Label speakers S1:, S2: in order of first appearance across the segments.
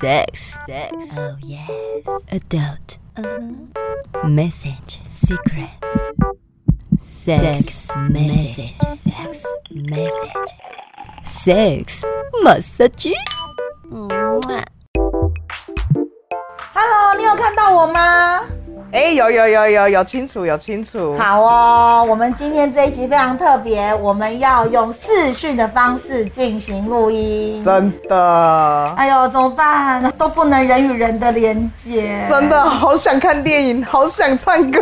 S1: Sex, sex, oh yes. Uh-huh. Adult, message, secret. Sex, message, sex, message. Sex, massage.
S2: Hello，你有看到我吗？
S3: 哎，有有有有有清楚有清楚，
S2: 好哦，我们今天这一集非常特别，我们要用视讯的方式进行录音。
S3: 真的
S2: 哎呦，怎么办？都不能人与人的连接。
S3: 真的，好想看电影，好想唱歌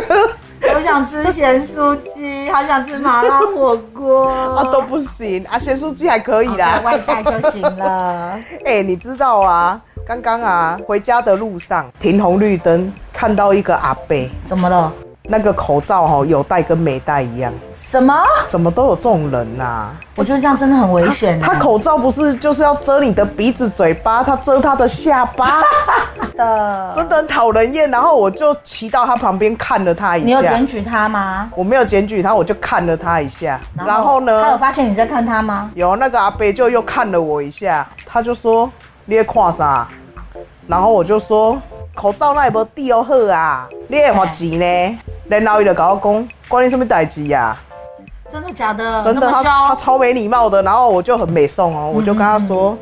S2: 我想吃咸酥鸡，好想吃麻辣火锅。
S3: 啊都不行啊，咸酥鸡还可以
S2: 来
S3: 啦。
S2: 外带就行了。
S3: 哎，你知道啊，刚刚啊回家的路上停红绿灯，看到一个阿伯，
S2: 怎么了？
S3: 那个口罩哈、有戴跟没戴一样，
S2: 什么？
S3: 怎么都有这种人呐、
S2: 我觉得这样真的很危险。啊
S3: 他口罩不是就是要遮你的鼻子、嘴巴，他遮他的下巴，
S2: 的，
S3: 真的很讨人厌。然后我就骑到他旁边看了他一下，
S2: 你有检举他吗？
S3: 我没有检举他，我就看了他一下，然后
S2: 他有
S3: 呢，
S2: 发现你在看他吗？
S3: 有那个阿伯就又看了我一下，他就说你在看啥？然后我就说口罩那也无戴好啊，你会罚钱呢？然后伊就跟我讲，关你什么代志呀？
S2: 真的假的？
S3: 真的，
S2: 那么嗯
S3: 他他
S2: 凶
S3: 超没礼貌的，然后我就很美送哦，我就跟他说。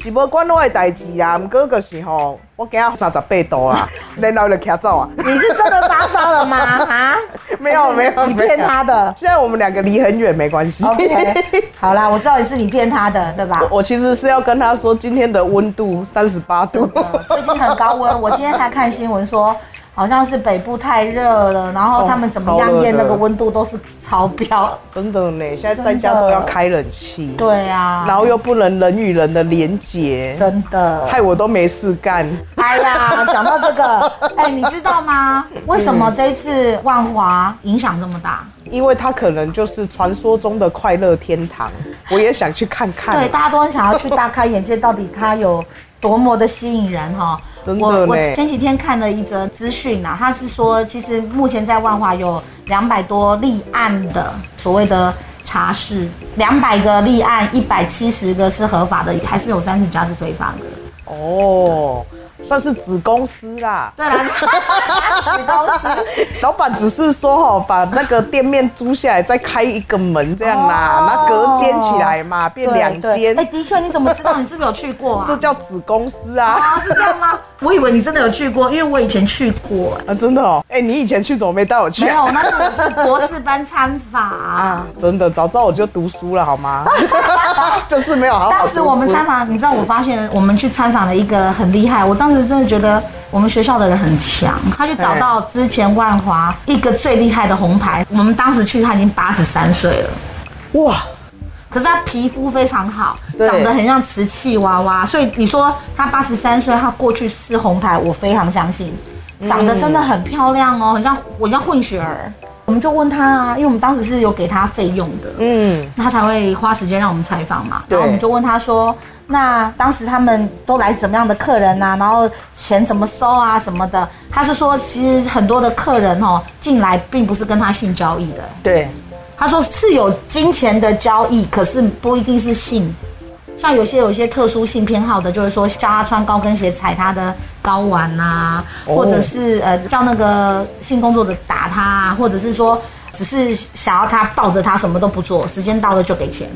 S3: 是无管我的代志啊，毋过就是吼，我今仔三十八 度啊，然后伊就骑走啊，
S2: 你是真的发烧 了吗？啊？
S3: 没有哦没有，
S2: 你骗他 的
S3: 现在我们两个离很远没关系。
S2: ？OK，好啦，我知道你是你骗他的， 对吧？
S3: 我其实是要跟他说，今天的温度三十八度。
S2: 呃最近很高温，我今天才看新闻说，好像是北部太热了，然后他们怎么样验那个温度都是超标。
S3: 真的呢，现在在家都要开冷气，
S2: 对啊，
S3: 然后又不能人与人的连结，
S2: 真的，
S3: 害我都没事干。
S2: 哎呀，讲到这 个，哎，你知道吗？为什么这一次万华影响这么大？
S3: 因为他可能就是传说中的快乐天堂，我也想去看看。
S2: 对，大家都很想要去大开眼界，到底它有多么的吸引人哈、
S3: 真的
S2: 我我
S3: 嘞
S2: 前几天看了一则资讯呐，他是说，其实目前在万华有两百多立案的所谓的茶室，两百个立案，一百七十个是合法的，还是有三十家是非法的。
S3: 哦，算是子公司啦。
S2: 对啦，你都 是
S3: 老板只是说哦，把那个店面租下来，再开一个门这样啦，
S2: 哦
S3: 那、隔间起来嘛，变 两
S2: 对
S3: 间
S2: 对哎，，的确，你怎么知道？你是不是有去过啊？
S3: 这叫子公司啊。
S2: 啊，是这样吗？我以为你真的有去过，因为我以前去过、 哎
S3: 啊，真的哦，哎、你以前去怎么没带我去、
S2: 没
S3: 啊？
S2: 有，那是我是博士班参法、啊。
S3: 真的，早知道我就读书了，好吗？ 就是没有好好
S2: 当时我们
S3: 读书
S2: 参访，你知道，我发现我们去参访了一个很厉害，我当时真的觉得我们学校的人很强，他去找到之前万华一个最厉害的红牌，我们当时去他已经八十三岁了。
S3: 哇，
S2: 可是他皮肤非常好，
S3: 对
S2: 长得很像瓷器娃娃，所以你说他八十三岁，他过去吃红牌，我非常相信，长得真的很漂亮哦，很像我像混血儿。我们就问他啊，因为我们当时是有给他费用的，
S3: 嗯，
S2: 他才会花时间让我们采访嘛。
S3: 对
S2: 然后我们就问他说：“那当时他们都来怎么样的客人呐、然后钱怎么收啊什么的？”他是说，其实很多的客人哦进来并不是跟他性交易的，
S3: 对，
S2: 他说是有金钱的交易，可是不一定是性。像有些有一些特殊性偏好的，就是说叫他穿高跟鞋踩他的睾丸呐、
S3: 哦
S2: 或者是呃叫那个性工作者打他、啊，或者是说只是想要他抱着他什么都不做，时间到了就给钱，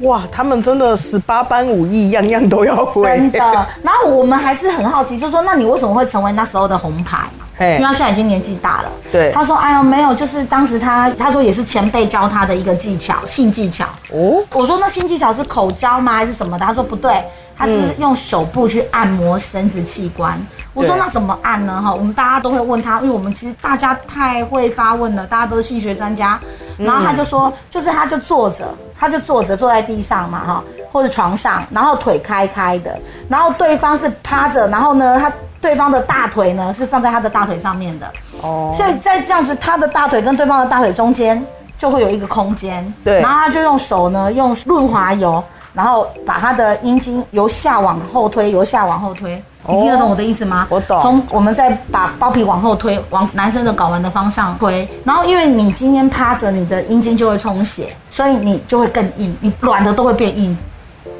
S3: 哇，他们真的十八般武艺，样样都要会，
S2: 真的。然后我们还是很好奇，就说那你为什么会成为那时候的红牌？
S3: 嘿
S2: 因为他现在已经年纪大了。
S3: 对
S2: 他说哎呀没有，就是当时他他说也是前辈教他的一个技巧，性技巧。
S3: 哦，
S2: 我说那性技巧是口交吗？还是什么的？他说不对，他是用手部去按摩生殖器官。我说
S3: 对
S2: 那怎么按呢？哈，我们大家都会问他，因为我们其实大家太会发问了，大家都是性学专家。然后他就说，就是他就坐着，他就坐着坐在地上嘛，哈，或者床上，然后腿开开的，然后对方是趴着，然后呢，他对方的大腿呢是放在他的大腿上面的，
S3: 哦，
S2: 所以在这样子，他的大腿跟对方的大腿中间就会有一个空间。
S3: 对
S2: 然后他就用手呢，用润滑油，然后把他的阴茎由下往后推，由下往后推。你听得懂我的意思吗？
S3: 哦我懂
S2: 从我们再把包皮往后推，往男生的睾丸的方向推。然后因为你今天趴着，你的阴茎就会充血，所以你就会更硬，你软的都会变硬。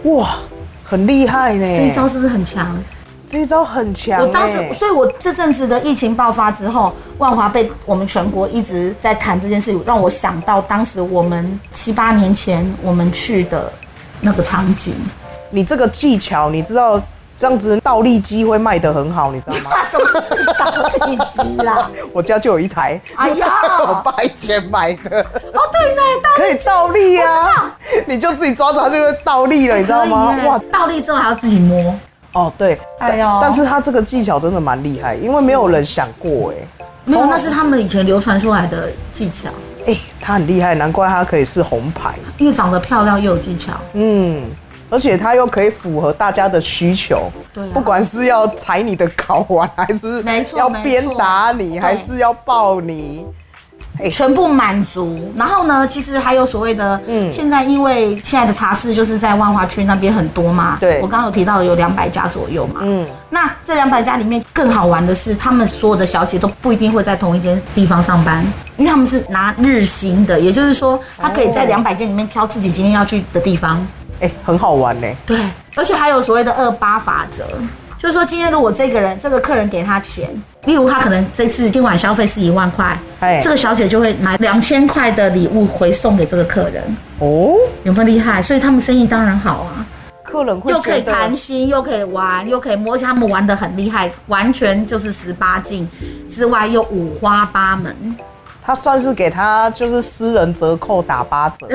S3: 哇，很厉害呢、
S2: 这一招是不是很强？
S3: 这一招很强、欸。
S2: 我当时，所以我这阵子的疫情爆发之后，万华被我们全国一直在谈这件事情，让我想到当时我们七八年前我们去的那个场景。
S3: 你这个技巧，你知道这样子倒立机会卖得很好，你知道吗？
S2: 什么是倒立机 啦？
S3: 我家就有一台，
S2: 哎 呀，
S3: 我
S2: 哦
S3: 爸以前买的，
S2: 对呢，倒立
S3: 可以倒立啊，你就自己抓着它就会倒立了，你知道吗
S2: 可以？耶
S3: 哇，
S2: 倒立之后还要自己摸，
S3: 哦对，
S2: 哎呦
S3: 但是他这个技巧真的蛮厉害，因为没有人想过哎，
S2: 没有，那是他们以前流传出来的技巧，
S3: 哎，他很厉害，难怪他可以是红牌，
S2: 因为长得漂亮又有技巧。
S3: 嗯。而且他又可以符合大家的需求，
S2: 对啊
S3: 不管是要踩你的睾丸，还是
S2: 没错
S3: 要
S2: 没错
S3: 鞭打你，
S2: 对
S3: 还是要抱你，
S2: 全部满足。然后呢，其实还有所谓的，
S3: 嗯
S2: 嗯，现在因为现在的茶室就是在万华区那边很多嘛，
S3: 对
S2: 我刚刚有提到有两百家左右嘛，
S3: 嗯，
S2: 那这两百家里面更好玩的是，他们所有的小姐都不一定会在同一间地方上班，因为他们是拿日薪的，也就是说，她可以在
S3: 哦
S2: 两百间里面挑自己今天要去的地方。
S3: 哎、很好玩呢、
S2: 对，而且还有所谓的二八法则，就是说今天如果这个人这个客人给他钱，例如他可能这次今晚消费是一万块
S3: 哎，
S2: 这个小姐就会买两千块的礼物回送给这个客人，
S3: 哦，
S2: 有没有厉害？所以他们生意当然好啊，
S3: 客人会
S2: 又可
S3: 觉
S2: 以谈
S3: 得
S2: 心，又可以玩，又可以摸，而且他们玩的很厉害，完全就是十八禁之外又五花八门。
S3: 他算是给他就是私人折扣打八折，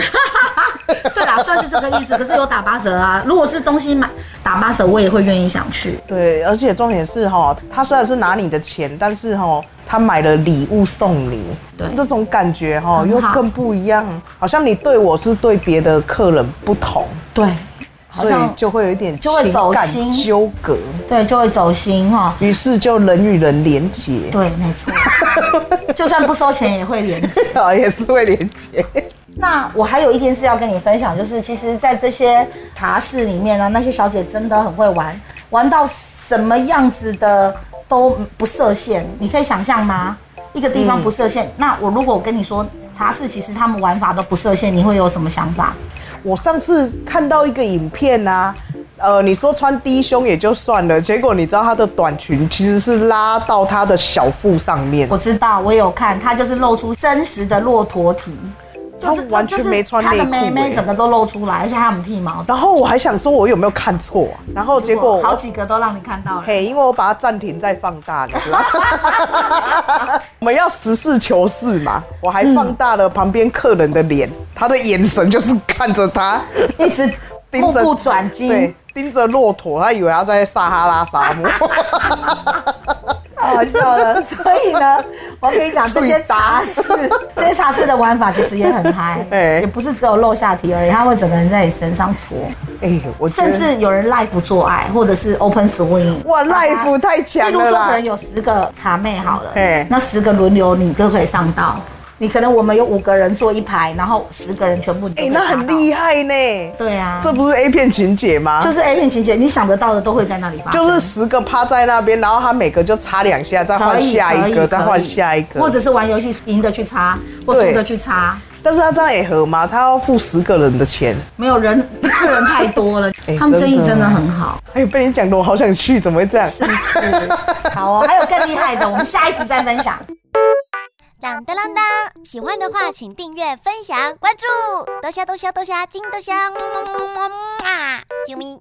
S2: 对啦，算是这个意思。可是有打八折啊，如果是东西买打八折，我也会愿意想去。
S3: 对，而且重点是哈、他虽然是拿你的钱，但是哈、他买了礼物送你，
S2: 对
S3: 这种感觉哈、
S2: 很
S3: 又
S2: 好
S3: 更不一样，好像你对我是对别的客人不同，
S2: 对，好
S3: 所以
S2: 像
S3: 就会有一点
S2: 就会
S3: 情
S2: 走
S3: 感
S2: 心
S3: 纠葛，
S2: 对，就会走心哈、
S3: 于是就人与人连结，
S2: 对，没错， 就算不收钱也会连接。
S3: 啊，也是会连结，
S2: 那我还有一件事要跟你分享，就是其实，在这些茶室里面呢，那些小姐真的很会玩，玩到什么样子的都不设限，你可以想象吗？一个地方
S3: 嗯
S2: 不设限，那我如果我跟你说茶室其实他们玩法都不设限，你会有什么想法？
S3: 我上次看到一个影片啊，呃，你说穿低胸也就算了，结果你知道她的短裙其实是拉到她的小腹上面
S2: 我，知道，我有看，她就是露出真实的骆驼体，
S3: 她完全没穿内裤
S2: 她的妹妹
S3: 欸
S2: 整个都露出来，而且她有剃毛的。
S3: 然后我还想说我有没有看错啊、然后结果
S2: 好
S3: 我
S2: 几个都让你看到了。
S3: 嘿，因为我把它暂停再放大，你知道吗？ 我们要实事求是嘛，我还放大了旁边客人的脸，他的眼神就是看着 他，
S2: 一直目不转睛
S3: 对。，盯着骆驼，他以为他在撒哈拉 沙漠。
S2: 太好笑了， 所以呢，我跟你讲，这些茶室，这些茶室的玩法其实也很嗨，
S3: 哎
S2: 也不是只有露下体而已，他会整个人在你身上搓，
S3: 哎、我觉得
S2: 甚至有人 live 做爱，或者是 open swing。
S3: 哇，life 太强
S2: 例如
S3: 了
S2: 说，可
S3: 啦
S2: 能！有十个茶妹好了
S3: 哎，
S2: 那十个轮流你都可以上到。你可能我们有五个人坐一排，然后十个人全部你
S3: 哎、
S2: 都
S3: 那很厉
S2: 害。
S3: 害呢，
S2: 对啊，
S3: 这不是 A 片情节吗？
S2: 就
S3: 就是
S2: 是 A 片情节，你想得到的都会在那里发生。
S3: 就是十个趴在那边，然后他每个就插两下，再
S2: 可
S3: 换
S2: 以
S3: 下一
S2: 可
S3: 个，
S2: 以
S3: 再
S2: 可
S3: 换
S2: 以
S3: 下一个。
S2: 或者是玩游戏赢的去插，或
S3: 对
S2: 输的去插，
S3: 但是他这样也合吗？他要付十个人的钱。
S2: 没有人 客人太多了
S3: 哎，
S2: 他们生意
S3: 真的
S2: 真的很 好。
S3: 哎、被你讲的我好想去，怎么会这样？
S2: 好哦，还有更厉害的，我们下一集再分享。
S4: 当当当当！喜欢的话，请订阅、分享、关注，多虾多虾多虾，金多虾，么么么么么啊！啾咪。